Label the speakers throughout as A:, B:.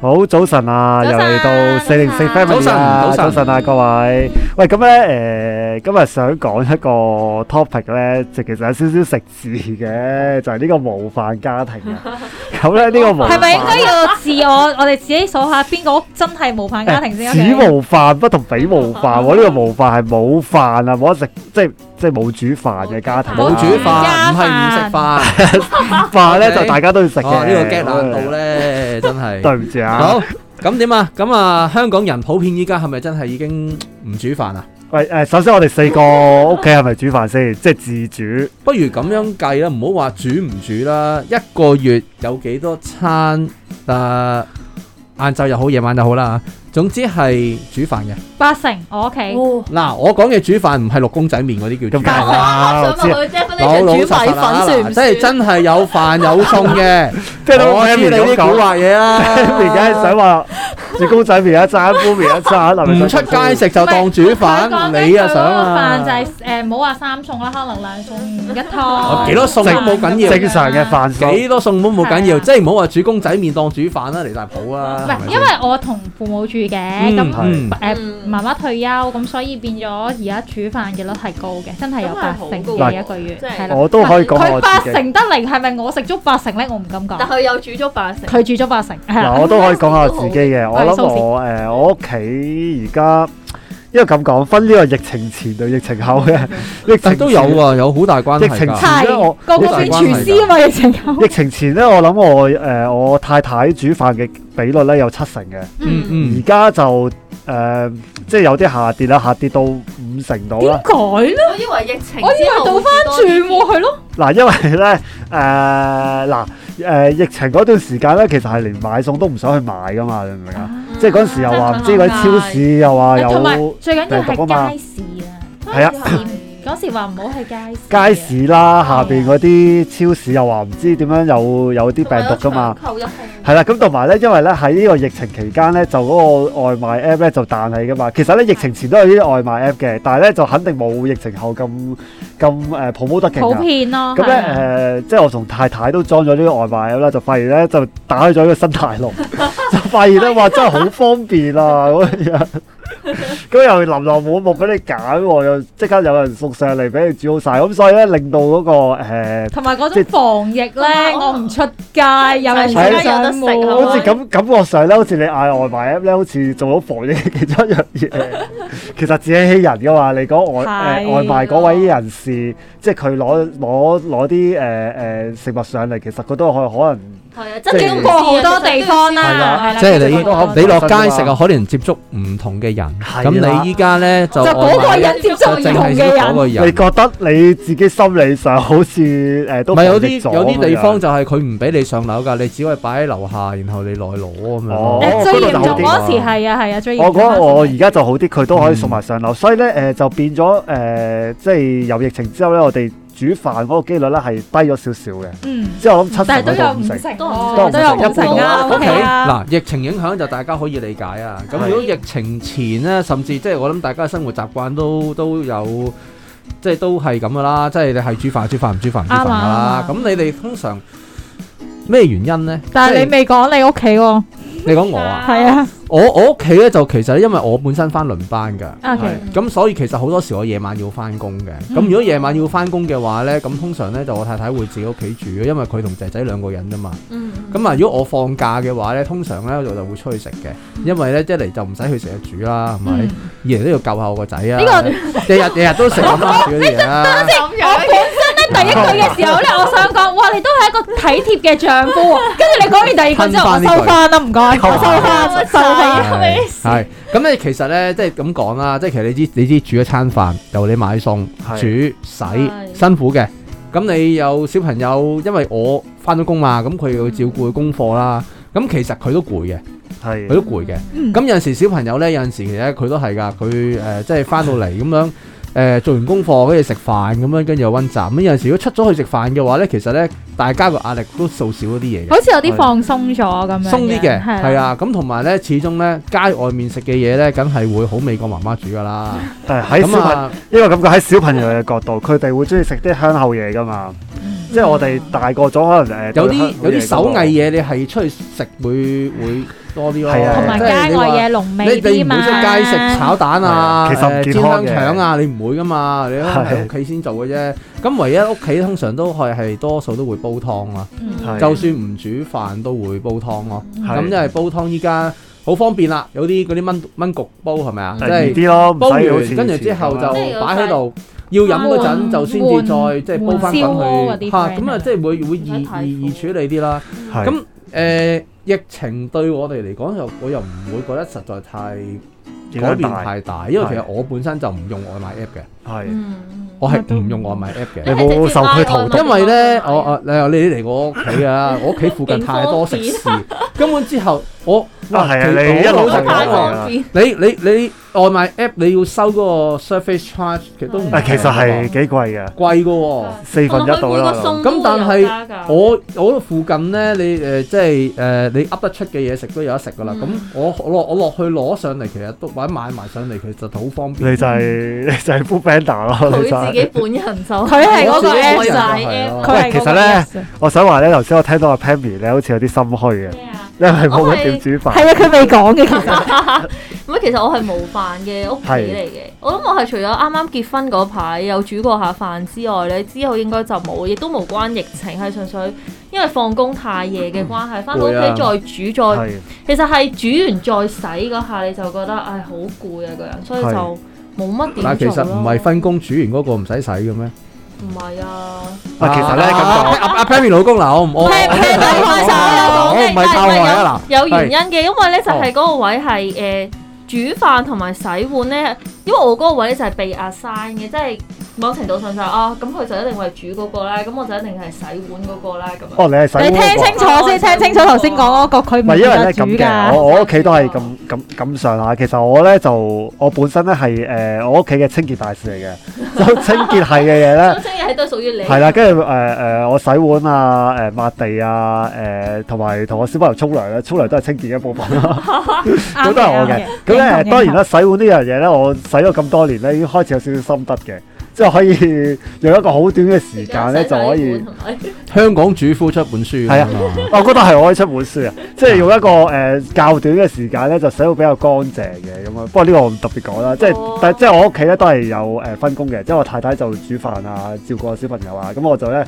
A: 好早晨啊，
B: 早
A: 又
B: 晨
A: 嚟到四零四
B: 早晨
A: family 啦，
C: 早晨
A: 早
C: 早晨
A: 晨啊各位。喂，咁咧誒，今日想講一個 topic 咧，就其實有少少食字 嘅，就係、呢個模範家庭啊。 咁咧呢個模
B: 哦係咪應該
A: 範
B: 要自我？ 我哋自己數下邊個屋真係模範家庭先？
A: 子模範不同彼模 範喎，呢個模範係冇飯啊，冇得食，即係即係冇煮飯嘅家庭啊。
C: 冇煮飯，唔係唔食飯。
A: 飯咧
C: OK
A: 就大家都要食
C: 哦，
A: 嘅。
C: 呢個 get 難度咧，真係。
A: 對唔住啊。
C: 好，咁點啊？咁啊，香港人普遍依家係咪真係已經唔煮飯啊？
A: 喂，誒、首先我哋四個屋企係咪煮飯先？即係自主。
C: 不如咁樣計啦，唔好話煮唔煮啦，一個月有幾多餐？誒，晏晝又好，夜晚又好啦，總之係煮飯嘅。
B: 八成我屋企，
C: 嗱，我講嘅煮飯唔係六公仔麵嗰啲叫
A: 咁梗
C: 煮飯
A: 係
C: 啦。
A: 啦，我知啊
C: 老老實實啦，嗱即係真係有飯有餸嘅。
A: 即係
C: 我
A: 我
C: 知你
A: 知你
C: 啲
A: 啲
C: 古惑嘢 啦，
A: 而家係想話煮公仔麵一餐，煲麵一餐，係咪
C: 唔出街食就當煮
B: 佢講
C: 飯，
B: 緊
C: 你啊想
B: 佢嗰個飯？
C: 啊
B: 就係誒，唔好話三餸啦，可能兩餸 一湯。
C: 我幾多餸都冇緊要
A: 正常嘅。飯餸？
C: 幾多餸都冇緊
B: 係
C: 要，
B: 啊
C: 即係唔好話煮公仔麵當煮飯啦，嚟大譜
B: 唔
C: 啊！係
B: 係
C: 咪，
B: 因為我同父母住嘅，咁
C: Ừ,
A: 嗯
B: 誒媽媽退休，咁所以變咗而家煮飯嘅率係高嘅，真係有八成嘅一個月，
D: 真係
B: 係啦。
A: 我都可以講
B: 佢
A: 我
B: 八
A: 自己。
B: 成得嚟，係咪我食足八成咧？我唔敢講。佢煮咗八成，係啦
A: 嗱，我都可以講下我自己嘅。我諗我誒，我屋企而家，因為咁講，分呢個疫情前到疫情後嘅。疫
C: 但
A: 情
C: 係都有
A: 前
C: 啊，有好大關係
A: 疫情
C: 㗎。
A: 而家我
B: 係個個變廚師啊嘛，疫情後。
A: 疫情前咧，我諗我誒、呃我太太煮飯嘅比率咧有七成嘅，
C: 嗯
A: 而
C: 嗯，
A: 家就誒、呃即係有啲下跌啦，下跌到五成到啦
B: 點。改咧？我以為倒翻轉喎，係咯。
A: 嗱，因為 咧誒嗱誒疫情嗰段時間咧，其實係連買餸都唔想去買噶嘛，你明唔明啊？即係嗰陣時又話唔知嗰啲超市又話有
B: 同埋最緊要係街市啊！
A: 係啊
B: 嗰時話唔好去街市啊。
A: 街市啦，下邊嗰啲超市又話唔知點樣有有啲病毒噶嘛。
B: 啊
A: 係啦，咁同埋咧，因為咧喺呢個疫情期間咧，就嗰個外賣 app 咧就彈起噶嘛。其實咧疫情前都有呢啲外賣 app 嘅，但係咧就肯定冇疫情後咁咁誒 promote 得勁
B: 普
A: 啊。
B: 遍咯。
A: 咁
B: 係啊
A: 咧誒，即係我同太太都裝咗呢個外賣 app 啦，就發現咧就打開咗個新大陸，就發現咧哇真係好方便啊咁樣。咁又琳琅滿目俾你揀喎，又即刻有人送上嚟俾你煮好晒。咁所以咧令到嗰、個、呃、
B: 同埋嗰
A: 即
B: 種
A: 係
B: 防疫咧，我唔出街，有
A: 係啊
B: 人食上
D: 有
A: 好
D: 得
A: 似
D: 食啊
A: 感感覺上咧，好似你嗌外賣 app 咧，好似做咗防疫嘅其中一樣 嘢。其實自欺欺人噶嘛，你講外誒、
B: 係啊
A: 外賣嗰位人士，即係佢攞攞攞啲誒誒食物上嚟，其實佢都可可能。
B: 經過好多地方啦，
A: 係啦
B: 係啦，
C: 即係
B: 經過好多
C: 你
B: 地方
C: 你落街食啊，可能接觸唔同嘅人。
A: 係
C: 咁
A: 啦
C: 你依家咧就
B: 就
C: 外賣
B: 嗰個人接觸唔
C: 就淨
B: 同
C: 係
B: 嘅
C: 嗰
B: 人。
C: 個
A: 你
C: 人。
A: 覺得你自己心理上好似誒、呃都
C: 唔係有
A: 防疫
C: 啲
A: 咗
C: 有啲地
A: 咁
C: 方
A: 樣
C: 就係佢唔俾你上樓㗎，你只可以擺喺樓下，然後你落去攞咁樣
A: 哦
C: 咯。
B: 誒最嚴重嗰時
C: 嗰度就好啲
B: 係啊係啊，最嚴
A: 我
B: 重
A: 覺得我
B: 嗰
A: 而
B: 時。
A: 家就好啲，佢都可以送埋上樓，所以咧誒、呃就變咗誒、呃即係有疫情之後咧，我哋煮飯嗰個機率咧係低咗少少嘅，
B: 嗯，
A: 即係我諗七
B: 但
A: 成
B: 係都
A: 去
B: 有
A: 到
B: 五
A: 五成。
B: 成，
D: 都
B: 都有
A: 有
B: 五成啊
D: 五成
B: ，OK 啊。
C: 嗱，疫情影響就大家可以理解啊。咁
A: 係
C: 如果疫情前咧，甚至即係我諗大家生活習慣都都有，即係都係咁噶啦。即係你係煮飯、煮飯唔煮飯、唔煮飯
B: 啱
C: 噶
B: 啊
C: 啦。
B: 啱
C: 咁你哋通常咩原因咧？
B: 但係你
C: 即
B: 未講你屋企喎，
C: 你講我啊，
B: 係啊
C: 我我屋企咧就其實因為我本身翻輪班㗎。
B: ，OK，
C: 咁所以其實好多時我夜晚要翻工嘅，咁
B: 嗯
C: 如果夜晚要翻工嘅話呢，咁通常呢就我太太會自己屋企住嘅，因為佢同仔仔兩個人啫嘛。咁啊，如果我放假嘅話呢，通常呢我就會出去食嘅，因為呢一嚟就唔使去成日煮啦，係咪？
B: 嗯
C: 二嚟都要救下我個仔啊！
B: 呢個
C: 日日日日都食咁啱 嘅嘢啦。
B: 第一句嘅時候咧，我想講，哇！你都係一個體貼嘅丈夫喎。跟住你講完第二句之後，我收翻啦，唔該，我收翻，收翻。
C: 係係咁你其實咧，即係咁講啦，即係其實你知你知煮一餐飯，由你買餸、
A: 係
C: 煮、洗，辛苦嘅。咁你有小朋友，因為我翻咗工嘛，咁佢要照顧功課啦。咁其實佢都攰嘅，佢
A: 係
C: 都攰嘅。
B: 嗯
C: 咁有陣時小朋友咧，有陣時其實佢都係㗎，佢誒即係翻到嚟咁樣。誒、做完功課，跟住食飯咁樣，跟住又温習。咁有陣時如果出咗去食飯嘅話咧，其實咧大家個壓力都數少咗啲嘢嘅。
B: 好似有啲放鬆咗咁樣，
C: 鬆啲嘅，係
B: 啦，
C: 啊，咁同埋咧，始終咧街外面食嘅嘢咧，梗係會好美國媽媽煮噶啦。
A: 誒喺小
C: 咁
A: 朋
C: 啊，
A: 因為咁講喺小朋友嘅角度，佢哋會中意食啲香口嘢噶嘛。即係我哋大個咗，可能誒
C: 有啲有啲手
A: 啊
C: 藝嘢，你係出去食會會多啲咯。
A: 係啊
B: 同埋
C: 即係你
B: 街外
C: 話
B: 嘢濃
C: 你
B: 味
C: 你
B: 啲
C: 唔
B: 嘛。
C: 會出街食炒蛋
A: 係啊
C: 啊、
A: 其實唔
C: 誒
A: 健
C: 煎
A: 康
C: 香
A: 嘅
C: 腸啊，你唔會噶嘛，你都喺
A: 係
C: 屋企先做嘅啫。咁唯一屋企通常都係係多數都會煲湯啦，
B: 嗯，
A: 係
C: 就算唔煮飯都會煲湯咯。
B: 嗯
C: 咁因為煲湯依家好方便啦，有啲嗰啲炆炆焗煲係咪啊？即
A: 第二
C: 係。
A: 啲咯，唔
C: 煲
A: 使好
C: 完
A: 似
C: 跟住之後就
D: 即係有
C: 擺喺度，要飲嗰陣就先至
B: 換
C: 再即係煲翻
B: 換燒嗰
C: 滾佢
B: 啲
C: 嚇，
B: friend
C: 咁啊
B: 啊
C: 即係會會
D: 唔使太
C: 易易易處理啲啦。
A: 係
C: 咁誒疫情對我哋嚟講又我又唔會覺得實在太
A: 影
C: 改
A: 響
C: 變
A: 大
C: 太大，因為其實
A: 係
C: 我本身就唔用外賣 app 嘅，
A: 係
D: 嗯，
C: 我係唔用外賣 app
A: 你
C: 嘅。
A: 冇受佢荼毒
C: 因為咧，我我你你嚟我屋企 啊，我屋企附近太多食肆，根本之後我
A: 啊係啊，
C: 其實
A: 你一
C: 我
A: 路
C: 老實
A: 係
C: 講
A: 咁
C: 喎
A: 啊
D: 方便，
C: 你你你外賣 app 你要收嗰個 surface charge 其實都唔
A: 啊其實係
C: 平喎
A: 幾貴嘅，
C: 貴嘅喎。
A: 四分一到啦。
C: 咁但係我我附近咧，你誒、呃即係誒、呃你噏得出嘅嘢食都有得食噶啦。咁、
D: 嗯
C: 我我落我落去攞上嚟，其實都或者買埋上嚟，其實好方便。
A: 你就 係你就係 Food Panda 咯，你就
D: 佢自己
A: 係。
D: 本人就
B: 佢係嗰
C: 我自
B: 個
C: 己
D: 外
B: app
C: 人就
D: 賣
C: 係
D: app
C: 咯
B: 佢係
A: 其實呢我想話咧，頭先我聽到阿 Pammy 咧，好似有啲心虛嘅，
D: 咩啊？
A: 因為冇乜點煮飯。
B: 係啊，佢未講嘅 其實。
D: 唔啊係，其實我係模範嘅屋企嚟嘅。我諗我係除咗啱啱結婚嗰排有煮過下飯之外咧，之後應該就冇，亦都無關疫情，係純粹因為放工太夜嘅關係，翻到屋
C: 攰啊
D: 企再煮再，
A: 係
D: 其實係煮完再洗嗰下，你就覺得唉好攰啊個人，所以
A: 係
D: 就冇乜點做咯。
C: 但係其實唔係分工煮完嗰個唔使洗嘅咩？
D: 唔係啊，
A: 啊，其實咧咁
C: 啊
A: 講，
C: 阿阿 Pammy 老公嗱，我唔
A: 哦
C: 我我
B: 聽聽到佢手
C: 我我唔係靠外啊嗱，
D: 有原因嘅，因為咧就係嗰個位係誒、呃煮飯同埋洗碗咧，因為我嗰個位咧就係被 assign 嘅，即係某程度上就係啊，咁佢就一定會係煮嗰個啦，咁我就一定係洗碗嗰個啦，咁樣。啊
A: 哦，你係洗
B: 你
A: 碗
B: 聽
A: 嗰個
B: 清楚先，聽清楚頭先講嗰個，佢
A: 唔
B: 唔
A: 係因為咧咁
B: 得煮
A: 嘅，
B: 㗎。
A: 我我屋企都係咁咁咁上下。其實我咧就我本身咧係誒我屋企嘅清潔大使 嚟嘅，就清潔係嘅嘢咧
D: 咁即係都屬於你。
A: 哦係啦，跟住誒誒我洗碗啊、誒、抹地啊、誒同埋同我小朋友沖涼咧，沖涼都係清潔嘅一部分啦。
B: 啱
A: 咁都係我嘅咁
B: 啱認
A: 咧
B: 同
A: 當然啦，洗碗呢樣嘢咧，我洗咗咁多年咧，已經開始有少少心得嘅，即係可以用一個好短嘅時間咧就可以。
C: 香港主夫出本書
A: 係
C: 㗎
A: 啊
C: 嘛
A: 我覺得係我可以出本書啊，即係用一個誒、呃較短嘅時間咧，就寫到比較乾淨嘅咁樣。不過呢個我唔特別講啦，即係
D: 哦
A: 但即係我屋企咧都係有誒、呃分工嘅，即係我太太就煮飯啊，照顧小朋友啊，咁我就咧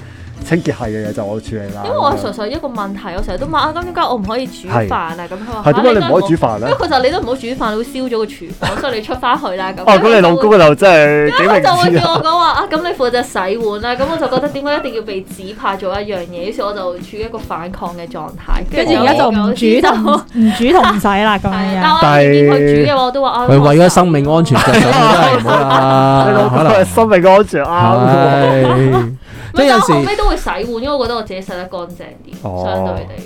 A: 清潔係嘅嘢就我處理啦。
D: 哎因為我
A: 咁樣
D: 純粹一個問題，我成日都問啊，咁點解我唔可以煮飯啊？咁佢話
A: 係點解你唔可以
D: 煮？
A: 煮飯
D: 因
A: 咧
D: 為？佢就你都唔好煮飯，你會燒咗個廚房，所以你出翻去啦咁。
A: 哦，咁你老公就 真係幾
D: 佢就會
A: 明智啊！
D: 叫我講話啊，咁你負責洗碗啦，咁我就覺得點解一定要被指派做一樣嘢，於是我就處於一個反抗嘅狀態。
B: 跟住而家就唔煮 就唔唔煮同唔洗啦咁
D: 係
B: 樣
D: 啊，
B: 樣。
D: 但係我見佢煮嘅話，我都話啊，
C: 佢為咗生命安全着想，真係唔好
A: 你老
C: 啦。
A: 公
C: 可
A: 嘅
C: 能
A: 生命安全啱喎。
C: 係
D: 唔
C: 即係
D: 係，
C: 有
D: 但我後
C: 時。
D: 尾都會洗碗，因為我覺得我自己洗得乾淨
A: 哦
D: 啲，相對地。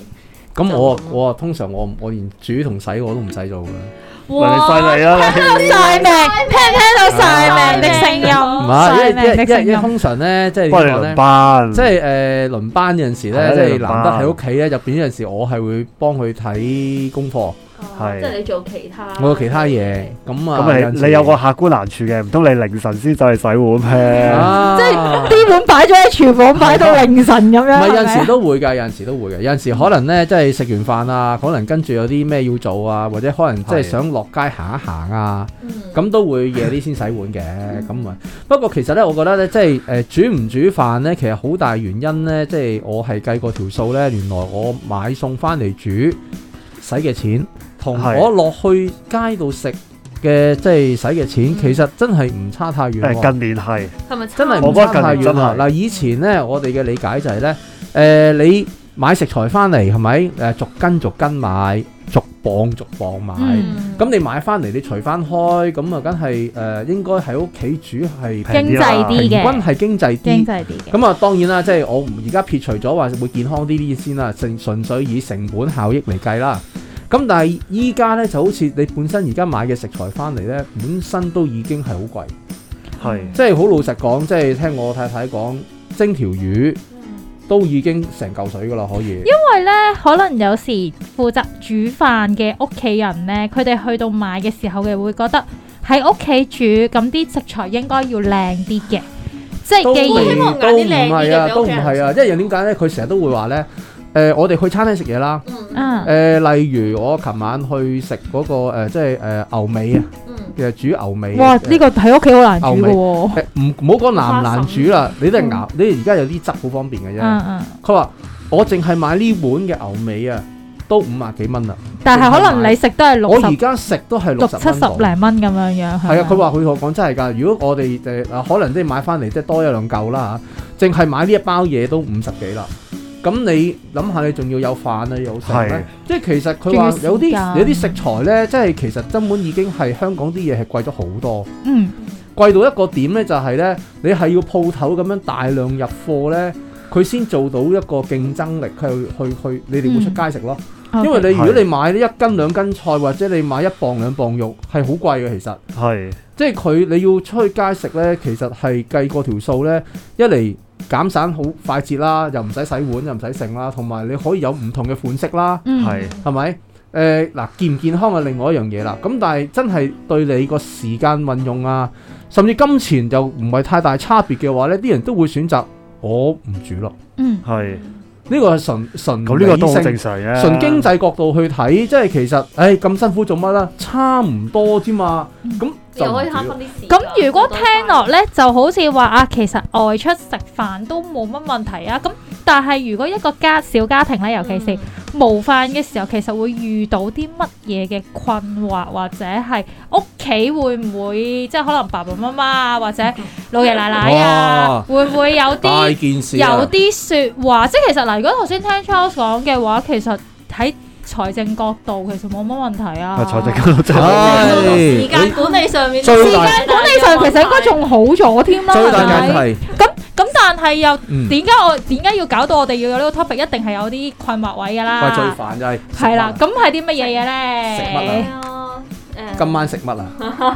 C: 咁
D: 就
C: 我
D: 咁咯
C: 我啊通常我我連煮同洗我都唔使做嘅，唔
A: 喂，你犀利啊啦！你
B: 晒命，聽唔聽到晒命的聲音？晒
C: 係，
B: 命
C: 因為
B: 的
C: 因為
B: 聲
C: 因為
B: 音。
C: 通常咧，即係點
A: 幫你
C: 講
A: 輪
C: 咧，
A: 班，
C: 即係誒輪班有陣時
A: 係啊
C: 咧，
A: 你
C: 即係
A: 輪
C: 難
A: 班
C: 得喺屋企咧，入邊有陣時我係會幫佢睇功課，
D: 哦即係你做其他，
C: 我有其他嘢，咁啊，
A: 咁
C: 陣
A: 你
C: 時
A: 你有個客觀難處嘅，唔通你凌晨先走去洗碗咩？
C: 啊
B: 即係啲碗擺咗喺廚房，擺到凌晨咁
C: 唔
B: 樣。
C: 係
B: 係
C: 有
B: 咪
C: 陣時都會㗎，有陣時都會嘅。有陣時可能咧，即係食完飯啊，可能跟住有啲咩要做啊，或者可能即係
A: 係
C: 想落街行一行啊，
D: 嗯
C: 咁都會夜啲先洗碗嘅。咁啊，不過其實咧，我覺得咧，即係誒、呃煮唔煮飯咧，其實好大原因咧，即係我係計過條數咧，原來我買餸翻嚟煮使嘅錢，同
A: 係
C: 我落去街度食嘅即係使嘅錢，其實真係唔差太遠喎。
A: 誒，近年係
D: 係咪
C: 真係
A: 我
C: 唔
A: 覺得
C: 差太遠
A: 近年真
C: 啦！
A: 係
C: 嗱，以前呢，我哋嘅理解就係、呢：誒、你買食材翻嚟係咪？誒，逐斤逐斤買，逐磅逐磅買。
B: 嗯
C: 咁你買翻嚟，你除翻開，咁啊，梗係誒應該喺屋企煮係
A: 平
B: 經
A: 啲啦
B: 濟啲嘅
C: 平均係經濟
B: 經
C: 啲。
B: 濟啲嘅。
C: 咁啊，當然啦，即係我唔而家撇除咗話會健康啲啲先啦，純純粹以成本效益嚟計啦。咁但係依家呢，就好似你本身而家買嘅食材翻嚟呢，本身都已經係好貴。
A: 係
C: 即係好老實講，即係聽我太太講，蒸條魚都已經成嚿水噶啦，可以。
B: 因為咧，可能有時負責煮飯嘅屋企人咧，佢哋去到買嘅時候嘅會覺得喺屋企煮，咁啲食材應該要靚啲嘅。即係既
C: 都
B: 然
C: 未
D: 希望
C: 都
D: 揀啲
C: 唔
D: 靚啲
C: 係啊，
D: 嘅俾
C: 都
D: 屋
C: 唔
D: 企人
C: 係啊，因為點解咧？佢成日都會話咧，誒我哋去餐廳食嘢啦。
D: 嗯
B: 嗯
C: 誒，例如我琴晚去食嗰個誒，即係誒牛尾啊，
D: 嗯，
C: 其實煮牛尾。
B: 哇！呢個喺屋企好難煮嘅喎。
C: 牛誒唔唔好講難唔難煮啦，你都係牛，你而家有啲汁好方便嘅啫。
B: 嗯嗯，
C: 佢話我淨係買呢碗嘅牛尾啊，都五啊幾蚊啦。
B: 但係可能你食都係
C: 我
B: 六
C: 而
B: 十
C: 家食都係
B: 六
C: 六十
B: 七十零蚊咁樣樣。
C: 係啊，佢
B: 咪
C: 話佢同我講真係㗎。如果我哋誒啊，可能即係買翻嚟即係多一兩嚿啦嚇，淨係買呢一包嘢都五十幾啦。咁你諗下，你仲要有飯啊，有食咧，即係其實佢話
B: 仲要
C: 有
B: 時
C: 啲
B: 間
C: 有啲食材咧，即係其實根本已經係香港啲嘢係貴咗好多，
B: 嗯
C: 貴到一個點咧就係咧，你係要鋪頭咁樣大量入貨咧，佢先做到一個競爭力，佢去去去，你哋會出街食咯。
B: 嗯
C: 因為你如果你買一斤兩斤菜或者你買一磅兩磅肉係好貴嘅其實。
A: 係
C: 即係佢你要出去街食呢，其實係計過條數呢。一嚟減省好快捷啦，又唔使洗碗，又唔使剩啦，同埋你可以有唔同嘅款式啦，
B: 嗯
A: 係
C: 係咪？誒、嗱，健唔健康係另外一樣嘢啦。咁但係真係對你個時間運用啊，甚至金錢就唔係太大差別嘅話呢，啲人都會選擇我唔煮咯。
B: 嗯
A: 係，
C: 呢個係純純
A: 咁呢個都好
C: 理性
A: 正常嘅。
C: 純經濟角度去睇，即係其實，誒咁辛苦做乜啦？差唔多啫嘛，咁就
D: 又可以
C: 唔煮
D: 慳
C: 咯
D: 翻啲時間。
B: 咁如果聽落咧，就好似話啊，其實外出食飯都冇乜問題啊。咁但係如果一個家小家庭咧，尤其
C: 嗯
B: 是無飯嘅時候，其實會遇到啲乜嘢嘅困惑，或者係屋企會唔會即係可能爸爸媽媽啊，或者老爺奶奶
C: 嗯哇
B: 啊，會唔會有
C: 大
B: 啲
C: 件事
B: 有
C: 啊
B: 啲説話？即係其實嗱，如果頭先聽 Charles 講嘅話，其實喺財政角度其實冇乜問題啊。
A: 係財政嗰度真係
C: 唉
D: Ờ, 時間管理上面，
C: 最大
D: 時間
B: 管理上其實應該仲好咗添啦，
C: 最大
B: 係咪？
C: 嘅問題，
B: 咁咁，但係又
C: 嗯，
B: 點解我點解要搞到我哋要有呢個 topic？一定係有啲困惑位㗎
C: 喂，最
B: 啦。
C: 煩就係食
B: 係啦，
C: 乜啊
B: 咁係啲乜嘢嘢
C: 食
B: 咧
C: 乜？
D: 啊，誒
C: 今晚食乜啊？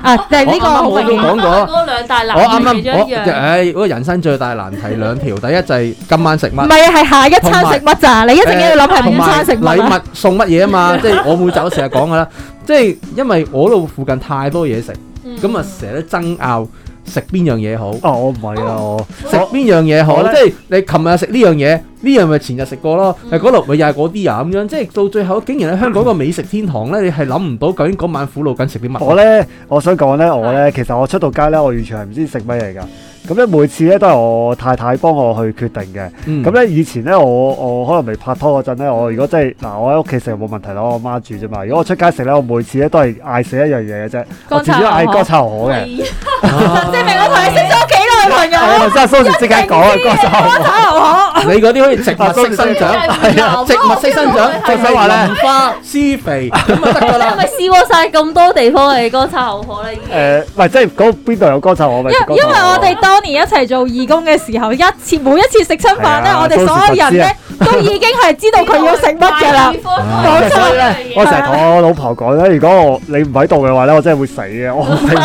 B: 啊，就係呢個好
C: 我啱啱我都
B: 明
C: 講
B: 顯。
C: 過
D: 嗰兩大
C: 我
D: 男
C: 啱
D: 其
C: 啱
D: 中
C: 我
D: 一樣，
C: 唉，嗰個人生最大難題 兩條，第一就係今晚食
B: 唔
C: 乜。
B: 係啊，係下一餐食乜咋？你一定要諗係
C: 同
B: 午
C: 埋
B: 餐食乜啊
C: 禮物送乜嘢啊嘛，即係我每集都成日講 噶啦，即係因為我度附近太多嘢食，
D: Ừ.
C: 咁啊成日都爭拗食邊樣嘢好，
A: 啊，我唔係啊，我
C: 食邊樣嘢好，
A: 我呢
C: 即係你琴日食呢樣嘢，呢樣咪前日食過咯，誒嗰度咪又係嗰啲啊咁樣，即係到最後竟然喺香港個美食天堂咧，你係諗唔到究竟嗰晚苦惱緊食啲乜。
A: 我咧，我想講咧，我咧，其實我出到街咧，我完全係唔知食乜嘢㗎。咁咧，每次咧都係我太太幫我去決定嘅。
C: 嗯
A: 咁咧，以前咧，我我可能未拍拖嗰陣咧，我如果真係嗱，我喺屋企食冇問題啦，我媽煮啫嘛。如果我出街食咧，我每次咧都係嗌死一樣嘢嘅啫，我自己嗌乾炒牛河嘅。
C: 啊
B: 證明我同你識咗幾耐朋 友
A: 係啊，
B: 啊
A: 真係蘇 Sir 即刻講啊，乾 炒牛河。
C: 你嗰啲好似植物式生長，
D: 係啊
C: 植物式生長，
A: 我想
C: 即係話
A: 話
C: 咧
A: 咧
C: 花施肥咁啊得㗎
D: 係
C: 啦。
D: 咪試過晒咁多地方嘅乾炒牛河咧？已經
A: 誒，唔係即係嗰邊度有乾炒牛河咪
B: 因
A: 食乾
B: 因
A: 炒牛
B: 為
A: 河
B: 我哋當年一齊做義工嘅時候，一次每一次食親飯咧，
A: 係啊
B: 我哋所有人咧都已經係知道佢要食乜嘅 啦。
A: 我
D: 冇
A: 成日咧，我成日同我老婆講咧，如果我你唔喺度嘅話咧，我真係會死嘅，我唔死，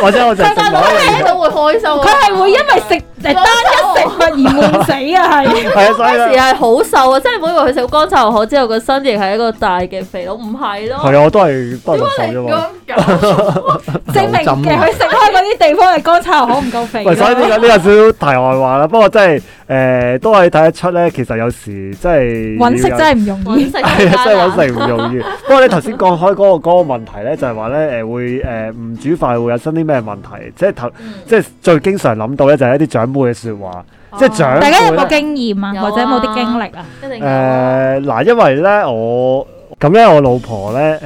A: 或者我 就食唔到。
D: 喺度會開心啊。
B: 佢係會因為食誒單一食物而悶死 啊，係。
A: 係啊，所以
D: 嗰時
A: 咧，
D: 係好瘦啊！真係唔好以為佢食乾炒牛河之後個身形係一個大嘅肥佬，唔係咯。
A: 係啊，我都係都係六十
D: 點解你
A: 啫
D: 咁
A: 嘛。
D: 搞？
B: 證明嘅佢食開嗰啲地方嘅乾炒牛河唔夠肥
A: 喂，所以呢
B: 咯。
A: 個呢個少少題外話啦。不過真係誒，都可以睇得出咧，其實有時真係
B: 揾食
A: 要有
B: 真係唔容
D: 揾
B: 易
D: 食，真
A: 係啊，真係
D: 係
A: 揾食唔容 易。不過你頭先講開嗰個嗰個問題咧，就係話咧誒會誒唔煮飯會引申啲咩問題？即係頭即係最經常諗到咧，就係一啲長輩嘅説話，即係長
B: 大家有
A: 輩
B: 冇
A: 呢。
B: 經驗啊，
D: 有啊
B: 或者冇啲經歷啊？
D: 一定
A: 誒
D: 有啊
A: 嗱，因為咧我咁咧，我老婆咧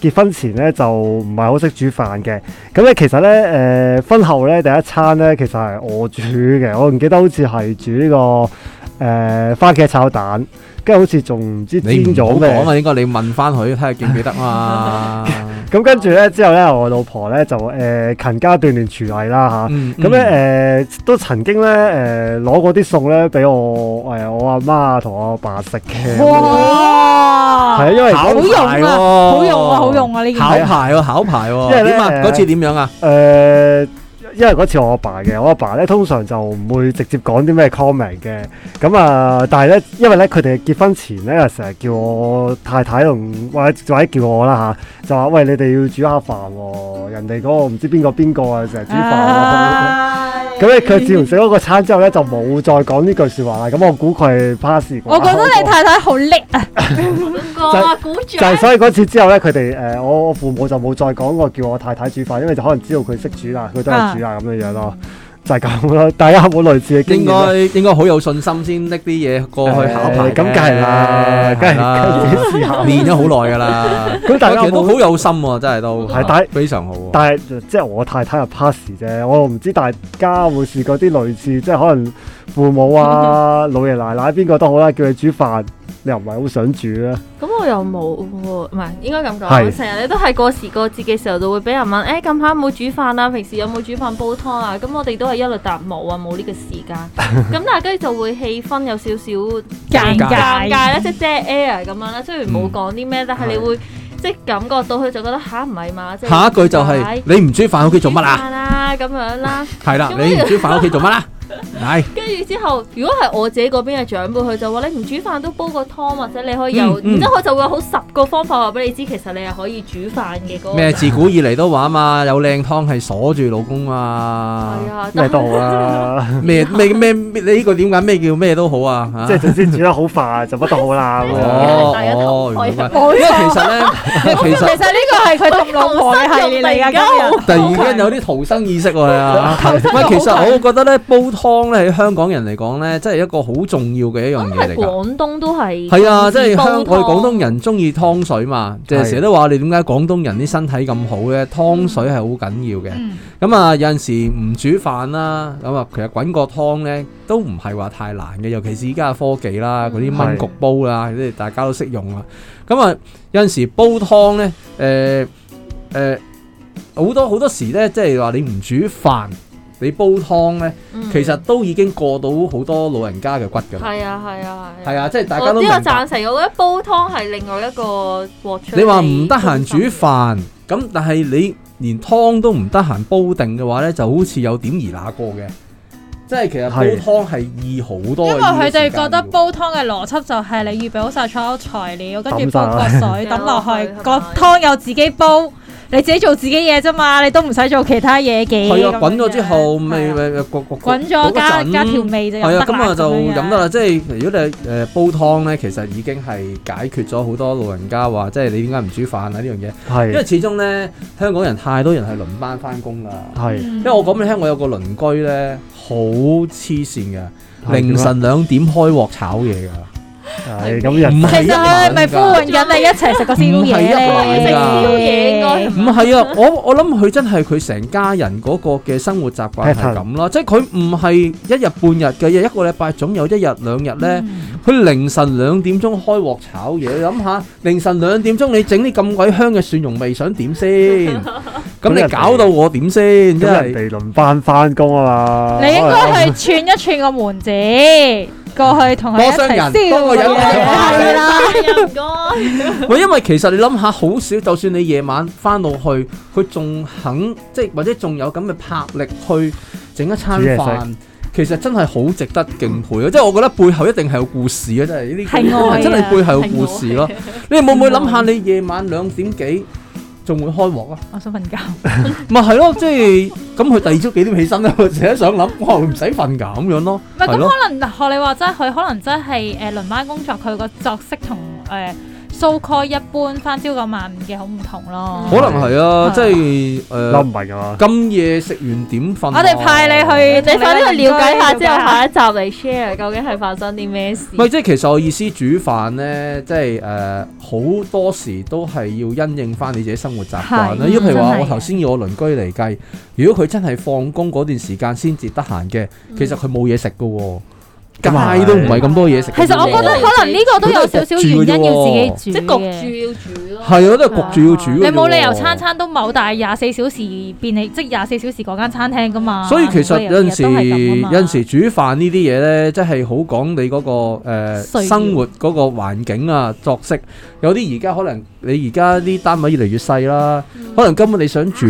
A: 誒結婚前咧就唔係好識煮飯嘅，咁咧其實咧誒婚後咧第一餐咧其實係我煮嘅，我唔記得好似係煮呢個誒番茄炒蛋，跟住好似仲唔知煎
C: 你唔好
A: 咗
C: 講
A: 咩，
C: 啊，應該你問翻佢睇下記唔記得啊嘛。
A: 咁跟住咧之後咧我老婆咧就誒勤家鍛鍊廚藝啦嚇。
C: 嗯
A: 咁咧誒都曾經咧誒呃攞過啲餸咧俾我誒、我阿媽同我阿爸食嘅，係
B: 哇！
A: 啊，因為
C: 考
B: 好用啊
C: 牌喎
B: 好用啊，好用啊呢件
C: 考
B: 嘢。
C: 牌喎，考牌
A: 因
C: 喎，
A: 為呢
C: 點啊？
A: 誒
C: 嗰次點樣啊？
A: 誒、呃因為嗰次我阿爸嘅，我阿爸咧通常就唔會直接講啲咩 comment 嘅，咁啊，但係咧，因為咧佢哋結婚前咧，又成日叫我太太同或者或者叫我啦吓，就話喂你哋要煮下飯喎、人哋嗰個唔知邊個邊個啊，成日煮飯喎、
B: 唉
A: 咁咧佢自從食咗個餐之後咧，就冇再講呢句説話啦。咁我估佢係 pass 過
B: 我覺得你太太好叻啊！
D: 哇，鼓
A: 就係
D: 掌！
A: 所以嗰次之後咧，佢哋誒我我父母就冇再講過叫我太太煮飯，因為就可能知道佢識煮啦，佢都係煮啊
C: 啊
A: 啦咁樣樣咯，就係咁咯。大家有冇類似嘅經
C: 應
A: 驗
C: 該
A: 咧？
C: 應該好有信心先拎啲嘢過去考
A: 誒
C: 牌嘅，
A: 咁梗係啦，梗係
C: 係啦
A: 梗係自己試下。
C: 練咗好耐㗎啦。
A: 咁大家
C: 其實
A: 有
C: 都
A: 冇
C: 好？有心喎，真係都
A: 係但係
C: 非常好喎。
A: 但係即係我太太係 pass 啫，我唔知大家會試過啲類似，即係可能父母 啊、老爺奶奶邊個都好啦，叫你煮飯，你又唔係好想煮啊 啦。
D: 咁我又冇喎，唔係應該咁
A: 係
D: 講，成日你都係過時過節嘅時候就會俾人問，誒近排有冇煮飯啊？平時有冇煮飯煲湯啊？咁我哋都係一律答冇啊，冇呢個時 間。咁但係跟住就會氣氛有少少
B: 尷
C: 尬
D: 尷尬咧，即係 dead air 咁樣啦。雖然冇講啲咩，但係你會即係感覺到佢就覺得吓唔係嘛，即係
C: 下一句就係你唔煮飯屋企做乜
D: 煮
C: 啊？
D: 飯啦咁樣啦。
C: 係啦，
D: 咁
C: 你唔煮飯屋企做乜啦？啊係
D: 跟住之後，如果係我自己嗰邊嘅長輩，佢就話你唔煮飯都煲個湯，或者你可以有，
C: 嗯嗯
D: 然之後佢就會有好十個方法話俾你知，其實你係可以煮飯嘅嗰個。
C: 咩？自古以嚟都話嘛，有靚湯係鎖住老公啊！
D: 係啊，
A: 咩
D: 但
A: 都好 啦，
C: 咩咩咩咩？你呢個點解咩叫咩都好啊？嚇
A: 即係總之煮得好快就乜都好啦咁樣。
C: 哦
D: 戴咗頭
C: 哦，
D: 盔
C: 原來
B: 冇錯
C: 因為其實咧，因為其
B: 其實
C: 實
B: 呢個係佢同老婆嘅系列嚟㗎，今日
C: 突然間有啲逃生意識喎，係啊！
A: 求生
C: 喂，其實我覺得咧，煲湯咧喺香港人嚟講咧，真係一個好重要嘅一樣
D: 咁
C: 嘢嚟㗎。
D: 係廣東都係
C: 係啊，即係香我哋廣
D: 煲湯
C: 東人中意湯水嘛，就係
A: 係
C: 成日都話我哋點解廣東人啲身體咁好咧？湯水係好緊要嘅。
B: 嗯
C: 咁啊，有陣時唔煮飯啦，咁啊，其實滾個湯咧都唔係話太難嘅，尤其是依家嘅科技啦，嗰啲燜
A: 係
C: 焗煲啦，即係大家都識用啦。咁啊，有陣時煲湯咧，誒、誒，好、多好多時咧，即係話你唔煮飯，你煲湯咧，
D: 嗯
C: 其實都已經過到好多老人家嘅骨㗎啦。
D: 係啊係啊係
C: 係
D: 啊。
C: 啊，即係大
D: 我
C: 家都
D: 呢
C: 明
D: 個
C: 白。
D: 贊成，我覺得煲湯係另外一個獲取。
C: 你話唔得閒煮，飯，咁但係你連湯都唔得閒煲定嘅話呢，就好似有點兒那過嘅。即係其實煲
A: 係
C: 湯係易好
B: 因
C: 多嘅
B: 為
C: 呢個
B: 佢
C: 時間
B: 哋
C: 要，
B: 覺得煲湯嘅邏輯就係你預備好晒所有材料，跟住
A: 抌
B: 煲
A: 晒
B: 個水抌落去
D: 係，啊
B: 個湯又自己煲，你自己做自己嘢啫嘛，你都唔使做其他嘢嘅。
C: 係
B: 咁樣
C: 啊，滾咗之後咪
B: 係啊
C: 咪咪焗焗
B: 滾咗加加條味就
C: 係
B: 飲
C: 啊，
B: 得
C: 咁
B: 啦
C: 啊就
B: 樣
C: 飲得啦。即係如果你誒煲湯呢，其實已經係解決咗好多老人家話，即係你點解唔煮飯啊呢樣嘢。因為
A: 係
C: 始終呢，香港人太多人係輪班翻工啦。
A: 係
B: 嗯
C: 因為我講俾你聽，我有個鄰居呢，好黐線嘅。凌
A: 係
C: 晨兩點開鑊炒嘢㗎，
A: 係咁人
C: 唔
B: 其
C: 係
B: 實
C: 一
B: 佢係
C: 晚
B: 咪呼喚
C: 㗎，
B: 緊你一齊食個宵夜
C: 唔係一晚㗎
B: 咧？
D: 食宵夜應該
C: 唔係啊！我我諗佢真係佢成家人嗰個嘅生活習慣係
A: Pattern
C: 咁啦，即係佢唔係一日半日嘅嘢，一個禮拜總有一日兩日呢。佢凌晨兩點鐘開鑊炒嘢，你諗下凌晨兩點鐘你整啲咁鬼香嘅蒜蓉味，想 點先？咁你搞到我點先？
A: 咁
C: 真係。
A: 人哋輪班翻工啊嘛，
B: 你應
A: 可能
B: 該去串一串個門子，過去同佢一
C: 多商人
B: 齊
C: 多個人
B: 宵
D: 啊
B: 夜係啦。
D: 唔該。
C: 喂，因為其實你諗下，好少，就算你夜晚翻到去，佢仲肯即係或者仲有咁嘅魄力去整一餐
A: 煮嘢
C: 飯，其實真係好值得敬佩咯。即係我覺得背後一定係有故事嘅，真係呢
B: 係愛
C: 啲
B: 啊
C: 真係背後有故事咯。你會唔會諗下你夜晚兩點幾仲會開鑊啊？
B: 我想瞓覺，
C: 咪係咯，即係咁佢第二朝幾點起身咧？ 我成日想諗，哇，佢唔使瞓㗎咁樣咯，
B: 唔係
C: 係
B: 咁
C: 咯，
B: 可能學你話齋，佢可能真係誒輪班工作，佢個作息同誒 so call 一般翻朝九晚五嘅好唔同咯。
C: 可能係啊，即係
A: 諗
C: 誒
A: 唔明啊嘛。
C: 今夜食完點瞓啊？
B: 我哋派哦你去，
D: 你快啲去了解下，之後下一集嚟 share 究竟係發生啲咩事。
C: 唔係，即係其實我意思煮飯咧，即係誒好多時都係要因應翻你自己生活習慣啦。
B: 係嗯
C: 因為譬如話，
B: 真係
C: 我頭先以我鄰居嚟計，如果佢真係放工嗰段時間先至得閒嘅，
B: 嗯
C: 其
D: 嗯
C: 實佢冇嘢食嘅喎，
A: 咁啊係
C: 街都唔係咁多嘢食嘅
B: 其
C: 啫喎。
B: 實我覺得可能呢個都有少少原因要自己
D: 即
B: 煮
D: 係
B: 嘅。
D: 焗住要煮咯。
C: 係啊，都係焗住要煮嘅
B: 你
C: 啫喎
B: 冇理由餐。餐都某，但係廿四小時便利，即廿四小時嗰間餐廳噶嘛。
C: 所以其實有陣時，
B: 啊每日日日都係咁㗎嘛
C: 有陣時煮飯呢啲嘢呢，即係好講你嗰、個、呃、
B: 需要
C: 生活嗰個環境啊、作息。有啲而家可能你而家啲單位越嚟越細啦，
B: 嗯
C: 可能根本你想煮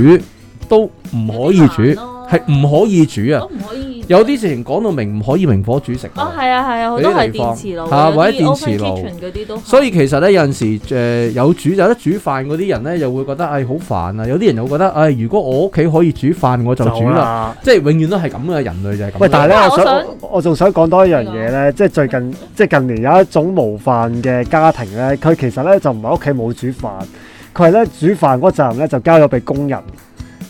C: 都唔可以煮，
D: 係
C: 係唔可以煮啊！
D: 都唔可以煮。
C: 有啲直情講到明唔可以明火煮食㗎
D: 哦，係啊，係啊，好多係電磁爐
C: 有啲地方啊
D: 有啲
C: 或者電磁
D: open
C: 爐
D: kitchen 嗰啲都係。
C: 所以其實咧有陣時誒、呃有煮有得煮飯嗰啲人咧，又會覺得唉好煩啊！有啲人又會覺得唉，如果我屋企可以煮飯，我就煮啦。
A: 啦。
C: 即係永遠都係咁嘅，人類就係咁。
A: 喂，但係咧，
D: 因為
A: 啊我
D: 我
A: 想
D: 想
A: 我我仲想講多一樣嘢咧，即係最近即係近年有一種模範嘅家庭咧，佢其實咧就唔係屋企冇煮飯，佢係咧煮飯嗰責任咧就交咗俾工人，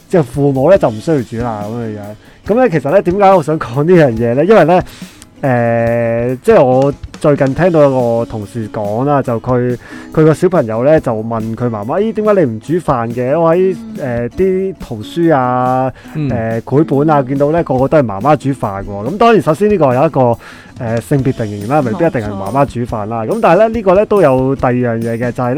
A: 即係父母咧就唔需要煮啦咁嘅樣。咁咧其實咧點解我想講呢樣嘢咧？因為咧誒、呃即係我最近聽到有個同事講啦，就佢佢個小朋友咧就問佢媽媽：咦，點解你唔煮飯嘅？我喺誒啲圖書啊。
C: 嗯
A: 誒、繪本啊，見到咧個個都係媽媽煮飯喎。咁當然首先呢個有一個誒、呃性別定型啦，未必一定係媽媽煮飯啦。咁但係咧呢、呢個咧都有第二樣嘢嘅，就係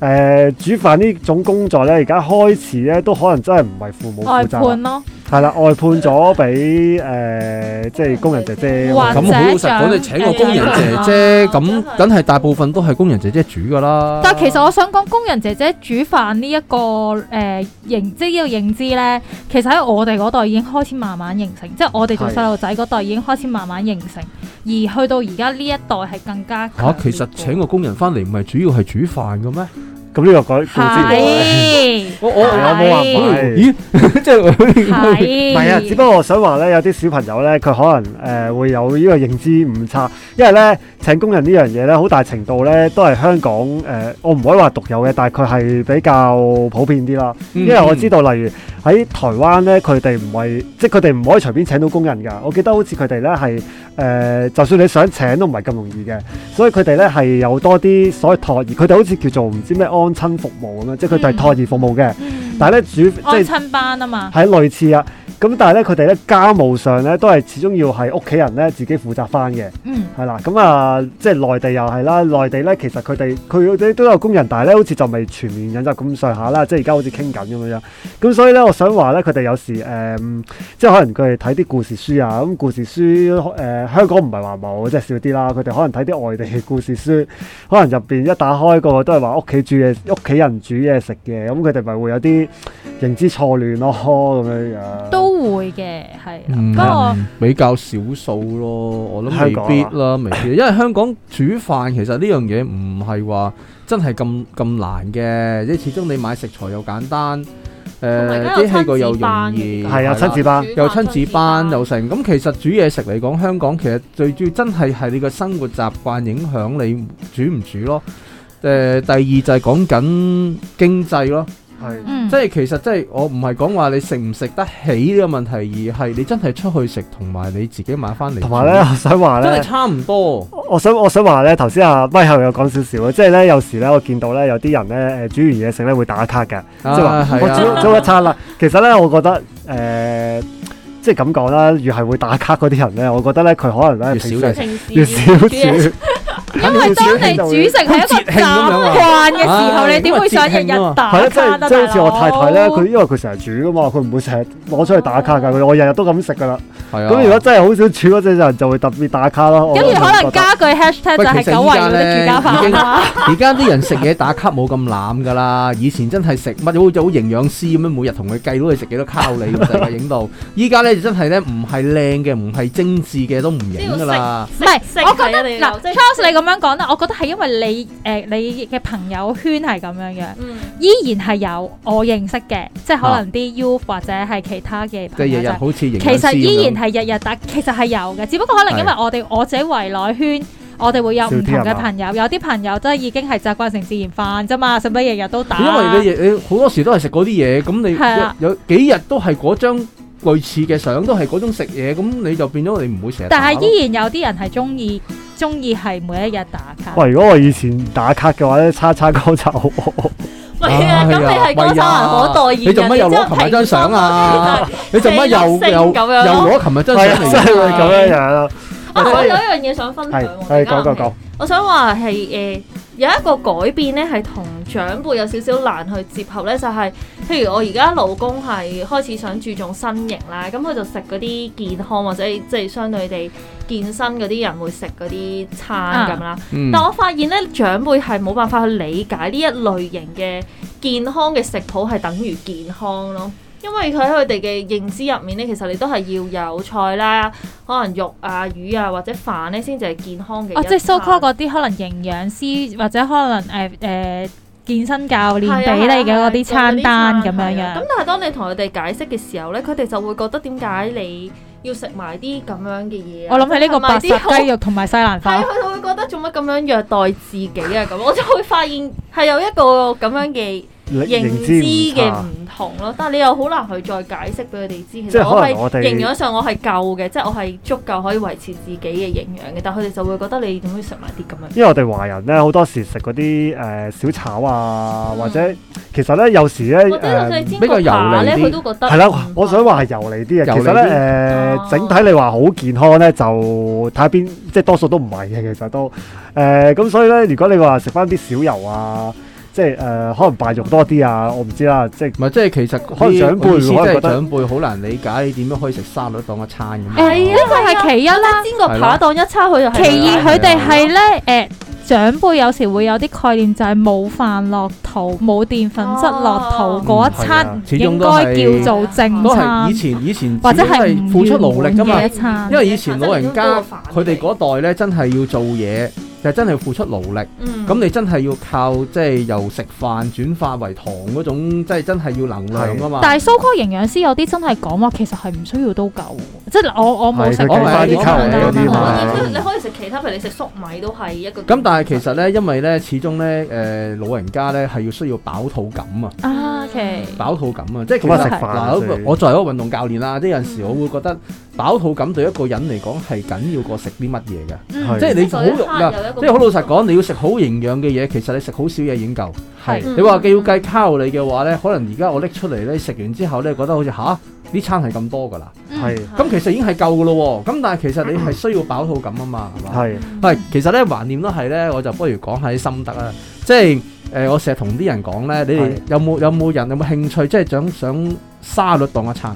A: 咧誒煮飯呢種工作咧，而家開始咧都可能真係唔係父母
B: 外
C: 啊
A: 負責啦，
B: 判咯，
A: 係啦，外判咗俾誒即係工人姐姐咁
B: 哇
A: 樣。
C: 哦咁好老實講，你請個工人姐姐，
D: 真
C: 咁
D: 係
C: 梗係大部分都係工人姐姐煮㗎啦。
B: 但其實我想講工人姐姐煮飯呢、一個誒、呃、認，即係呢個認知咧，其實喺我哋嗰代已經開始慢慢形成，即係我哋做
A: 係
B: 細路仔嗰代已經開始慢慢形成，而去到而家呢一代係更加
C: 嚇、其實請個工人翻嚟唔係主要係煮飯嘅咩？
A: 咁呢個改固之外，
B: 係
C: 我
A: 我
C: 我
A: 我冇話唔係
C: 咦，即係
A: 唔
B: 係
A: 係啊，只不過我想話咧，有啲小朋友咧，佢可能誒、呃、會有呢個認知誤差，因為咧請工人呢樣嘢咧，好大程度咧都係香港誒、呃我唔可以話獨有嘅，但係佢係比較普遍啲啦。因為我知道，例如喺台灣咧，佢哋唔係即係佢哋唔可以隨便請到工人㗎。我記得好似佢哋咧係誒，就算你想請都唔係咁容易嘅，所以佢哋咧係有多啲所謂托兒，佢哋好似叫做唔知咩安親服務咁樣，即係佢哋係
B: 嗯
A: 托兒服務嘅。
B: 嗯
A: 但係咧主即係。
B: 安親班啊嘛，
A: 係類似啊。咁但係咧，佢哋咧家務上咧都係始終要係屋企人咧自己負責翻嘅，
B: 嗯，
A: 係啦。咁啊，即係內地又係啦，內地咧其實佢哋佢哋都有工人，但係咧好似就未全面引入咁上下啦。即係而家好似傾緊咁樣。咁所以咧，我想話咧，佢哋有時誒、嗯即係可能佢哋睇啲故事書啊。咁故事書誒、呃香港唔係話冇，即係少啲啦。佢哋可能睇啲外地嘅故事書，可能入邊一打開個個都係話屋企煮嘢， 屋企人煮嘢食嘅。咁佢哋咪會有啲認知錯亂咯，咁樣樣。
B: 都會嘅，係啦。
C: 嗯
B: 不過
C: 比較少數咯，我諗
A: 香港啊
C: 未必啦，未必，因為香港煮飯其實呢樣嘢唔係話真係咁咁難嘅，即係始終你買食材又簡單，
D: 同埋
C: 誒
D: 而家有
C: 啲器具又
D: 親子班
C: 容易，
A: 係
D: 嘅
A: 啊，
C: 啦
A: 親子班
D: 煮飯
C: 又親子班又成，咁其實煮嘢食嚟講，香港其實最主要真係係你個生活習慣影響你煮唔煮咯。誒、第二就係講緊經濟咯。
A: 係
B: 嗯，
C: 即係其實即係我唔係講話你食唔食得起呢個問題，而係你真係出去食同埋你自己買翻嚟。
A: 同埋咧，，我想話
C: 真係
A: 咧，
C: 差唔多。
A: 我想我想話咧，頭先阿咪後有講少少啊，即係咧有時咧，我見到咧有啲人咧誒煮完嘢食咧會打卡嘅，
C: 啊
A: 即係話
C: 係
A: 我
C: 啊
A: 煮煮一餐啦。其實咧，我覺得誒、呃即係咁講啦，越係會打卡嗰啲人咧，我覺得咧佢可能咧
C: 越
A: 平
C: 少
A: 時
C: 嘅
D: 平時
A: 越少
D: 煮嘢食
A: 煮，
B: 因為當你煮食係一個習慣嘅時候，
C: 唉
B: 你點會想日日打
A: 係啦，即
B: 卡啊
A: 啊係即係好似我太太咧，佢
B: 大佬
A: 因為佢成日煮噶嘛，佢唔會成日攞出去打卡㗎，佢我日日都咁食㗎啦。
C: 係啊。
A: 咁如果真係好少煮嗰陣人就會特別打卡
C: 哦
A: 咯。我
B: 跟住可
A: 覺
B: 能
A: 得
B: 加句 hashtag 就係久違嗰啲住家飯啦，
C: 而家啲人食嘢打卡冇咁濫㗎啦，以前真係食乜好似好營養師咁樣，每日同佢計到你食幾多卡路里咁就係影到。依家咧就真係咧唔係靚嘅，唔係精緻嘅都唔影㗎啦。
B: 唔係
D: 食，
B: 我覺得
D: 係啊你
B: 嗱
D: 即係
B: ，Charles 你咁樣講啦，我覺得係因為你誒你嘅朋友圈係咁樣嘅，
D: 嗯
B: 依然係有我認識嘅，即係可能啲 U 或者係其他嘅
C: 啊即
B: 朋
C: 係
B: 友
C: 日日
B: 仔
C: 好似營養師
B: 其實依
C: 咁樣
B: 然係日日打，其實係有嘅，只不過可能因為我哋我自己圍內圈。我哋會有唔同
A: 少啲係嘛
B: 嘅朋友，有啲朋友真係已經係習慣成自然飯啫嘛，使乜日日都打？
C: 因為你你好多時都係食嗰啲嘢，咁你
B: 係啊
C: 有有幾日都係嗰張類似嘅相，都係嗰種食嘢，咁你就變咗你唔會成日打
B: 但
C: 咯。
B: 係依然有啲人係中意中意係每一日打卡。
A: 喂，如果我以前打卡嘅話咧，叉叉高就好惡
D: 喂啊，咁你係歌手人可代言人，
C: 你做乜又攞琴日張相啊？ 你做乜又
D: 成日
C: 又又
D: 咁樣咯
C: 攞琴日 張
A: 係啊，真
C: 相
A: 係
C: 嚟
A: 會
C: 影
A: 咁樣樣啦。
D: 啊，
A: 所
D: 我
A: 以
D: 有一樣嘢想分享
A: 係
D: 喎，
A: 係
D: 而家
A: 講講
D: 諗起
A: 講，
D: 我想話係誒有一個改變咧，係同長輩有少少難去接合咧，就係、譬如我而家老公係開始想注重身形啦，咁佢就食嗰啲健康或者即係相對地健身嗰啲人會食嗰啲
B: 啊
D: 餐咁啦。
C: 嗯
D: 但我發現咧，長輩係冇辦法去理解呢一類型嘅健康嘅食譜係等於健康咯。因因為佢喺佢哋嘅認知入面咧，其實你都係要有菜啦，可能肉啊、魚啊或者飯咧，先至係健康嘅一餐。
B: 哦，即係 so call 嗰啲可能營養師或者可能誒誒、呃健身教練俾你嘅嗰啲餐單咁樣
D: 咁
B: 樣。
D: 啊但係啊當你同佢哋解釋嘅時候咧，佢哋就會覺得點解你要食埋啲咁樣嘅嘢啊？
B: 我諗起呢個白
D: 同埋
B: 霎
D: 啲
B: 雞肉同埋西蘭
D: 係
B: 花，
D: 啊佢就會覺得做乜咁樣虐待自己啊咁， 我就會發現係有一個咁樣嘅認知嘅
A: 差
D: 唔同咯。但係你又好難去再解釋俾佢哋知，其
A: 即係
D: 實我
A: 可能
D: 係
A: 我哋
D: 營養上我係夠嘅，即係我係足夠可以維持自己嘅營養嘅，但係佢哋就會覺得你點會食埋啲咁樣。
A: 因為我哋華人咧好多時食嗰啲誒小炒啊，
D: 嗯
A: 或者其實咧有時咧
D: 或者就算
A: 誒
D: 係煎
C: 比較
D: 個
C: 油
D: 扒咧，
C: 膩啲
D: 佢都覺得
A: 係
D: 唔
A: 啦，我
D: 係
A: 想話係油膩啲嘅。
C: 油
A: 其實
C: 膩啲
A: 咧
D: 嗯哦
A: 誒，整體你話好健康咧，就睇下邊即係多數都唔係嘅，其實都誒咁，所以咧如果你話食翻啲少油啊，即係誒可能敗肉多啲啊，我唔知啦，即係
C: 唔係即係其實
A: 可能長輩
C: 即
A: 可能
C: 係
A: 覺得
C: 長輩好難理解你點樣可以食沙律當一餐咁樣。
B: 誒
D: 啊
B: 哦呢個係其一啦。
D: 煎個扒當一餐，佢就係啊
B: 其二，佢哋係咧誒長輩有時會有啲概念就係冇飯落肚、冇澱粉質落肚嗰一餐
A: 哦，
C: 嗯
B: 應
C: 係啊
B: 該
C: 始終都
B: 叫
C: 係
B: 做正
C: 都係
B: 餐
C: 以，前以前
B: 或者
C: 始終
B: 係
C: 係付出勞力㗎嘛
B: 唔完。嘅一餐
C: 因為以前老人家佢哋嗰代咧，真係要做嘢，就真係要付出勞力。
D: 嗯
C: 咁、你真係要靠即係由食飯轉化為糖嗰種，即係真係要能量㗎嘛。
B: 但係蘇科營養師有啲真係講話，其實係唔需要都夠喎，即係我我冇
A: 係
B: 食
A: 佢
B: 過
A: 計
C: 我
A: 翻
C: 係
A: 啲卡路里嗰啲
B: 我
A: 嘛
B: 係。
D: 你可以食其他，譬如你食粟米都係一個。
C: 咁但係其實咧，因為咧，始終咧，誒、老人家咧係要需要飽肚感啊，
B: 啊，OK，
C: 飽肚感啊，即係其
A: 咁啊
C: 實
A: 食飯啊
C: 嗱，
A: 所以
C: 我作為一個運動教練啦，即係有陣時我會覺得飽肚感對一個人嚟講係緊要過食啲乜嘢嘅，
A: 係
B: 嗯，
C: 即係你好肉嗱，即係好老實講，你要食好營養嘅嘢，其實你食好少嘢已經夠。
B: 係
D: 嗯
C: 你話計要計卡路里嘅話咧，可能而家我拎出嚟咧，食完之後咧，覺得好似吓呢餐係咁多㗎啦，
A: 係
D: 啊
C: 咁其實已經係夠㗎咯喎，咁但係其實你係需要飽肚感啊嘛，係嘛？
A: 係
C: 係，其實咧懷念都係咧，我就不如講下啲心得啦。即係誒、呃我成日同啲人講咧，你哋
A: 係
C: 有冇有冇人有冇興趣，即係想想沙律當一餐？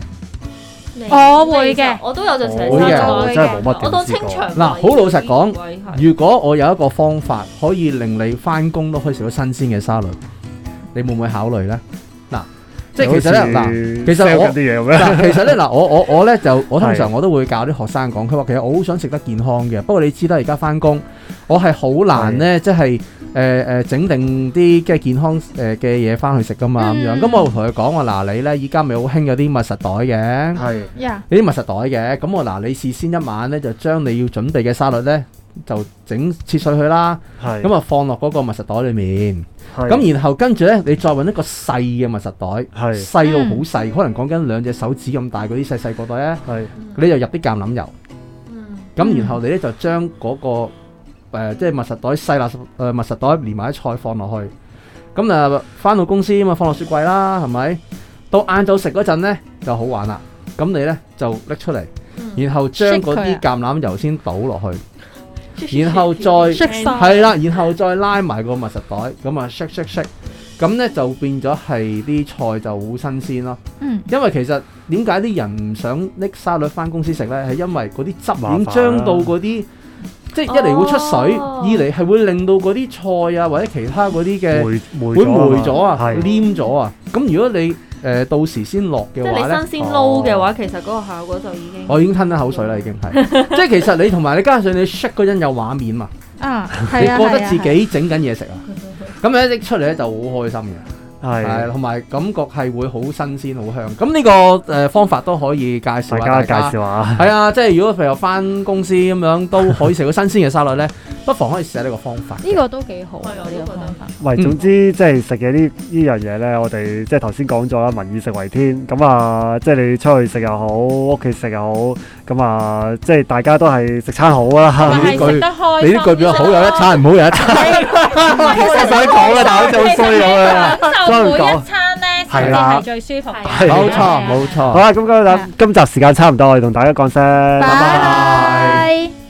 B: 我會嘅
D: 我都有就成日
A: 我
B: 會嘅
A: 我真係冇乜
D: 我
A: 點
D: 當
A: 試
D: 清
A: 過
D: 腸胃
C: 嗱好老實講
D: 位係
C: 如果我有一個方法可以令你翻工都可以食到新鮮嘅沙律，你會唔會考慮咧？嗱，即係其實咧嗱。其實我
A: 啲嘢咁樣，
C: 嗱，其實咧嗱，我我我咧就我通
A: 係
C: 常我都會教啲學生講，佢話其實我好想食得健康嘅，不過你知啦，而家翻工，我係好難咧，即係誒誒整定啲嘅健康誒嘅嘢翻去食噶嘛咁樣。
B: 嗯
C: 咁我同佢講話嗱，你咧依家咪好興有啲密實袋嘅，
A: 係
B: 呀，
C: 有啲密實袋嘅。咁我嗱，你事先一晚咧就將你要準備嘅沙律咧就整切碎佢啦，
A: 係
C: 咁啊放落嗰個密實袋裡面。
A: 係
C: 咁然後跟住咧，你再揾一個細嘅密實袋。
A: 係
C: 細到好細，可能講緊兩隻手指咁大嗰啲細細個袋咧，
A: 係
C: 你就入啲橄欖油，
D: 嗯
C: 咁
B: 嗯
C: 然後你咧就將嗰、個、呃、即係密實袋細垃圾誒密實袋連埋啲菜放落去，咁啊翻到公司啊嘛放落雪櫃啦，係咪？到晏晝食嗰陣咧就好玩啦，咁你咧就拎出嚟，
D: 嗯
C: 然後將
B: Shake
C: 嗰
B: 佢啊
C: 啲橄欖油先倒落去。
D: 嗯
C: 然後再
B: 食晒
C: 係啦，然後再拉埋個密實袋，咁啊 shake shake shake，咁咧就變咗係啲菜就好新鮮咯。
B: 嗯，
C: 因為其實點解啲人唔想拎沙律翻公司食呢？係因為嗰啲汁
A: 麻煩啦啊
C: 已經將到嗰啲，即係一嚟會出水，
D: 哦
C: 二嚟係會令到嗰啲菜啊或者其他嗰啲嘅
A: 梅梅
C: 會霉咗啊、
A: 係
C: 黏咗啊。咁如果你誒、呃到時先落
D: 即
C: 嘅話呢
D: 係，你新鮮撈嘅話，其實嗰個效果就已經
C: 我已經吞咗口水啦，已經係。即係其實你同埋你加上你 shake 嗰陣有畫面嘛，
B: 啊，
C: 你
B: 係啊，
C: 覺得
B: 係啊
C: 自己整緊嘢食啊，咁你一拎出嚟咧就好開心嘅。係，
A: 係
C: 同埋感覺係會好新鮮、好香。咁呢個誒方法都可以介紹下
A: 大家
C: 大
A: 介
C: 家。
A: 紹下，
C: 係啊，即係如果譬如翻公司咁樣都可以食到新鮮嘅沙律咧，不妨可以試下呢個方法。
B: 呢個都幾好啊，
D: 係我都
B: 呢個
D: 覺得
B: 方法。
A: 喂，
C: 嗯
A: 總之即係食嘢呢呢樣嘢咧，我哋即係頭先講咗啦，民以食為天。咁啊，即係你出去食又好，屋企食又好，咁啊，即係大家都係食餐好啊
B: 但
A: 啦。
C: 呢
B: 係
C: 句
B: 食得開
C: 你呢句變咗好有一餐，唔好有一餐。
A: 我想講啦，但好似好衰咁樣
C: 啊
A: 啦。
B: 就每一餐咧，先至係最舒服嘅。
D: 係
A: 啦
C: 冇錯，冇
A: 好
C: 錯。
A: 啦，咁今日今集時間差唔多，我哋同大家講聲，拜
B: 拜
A: 拜。
B: 拜。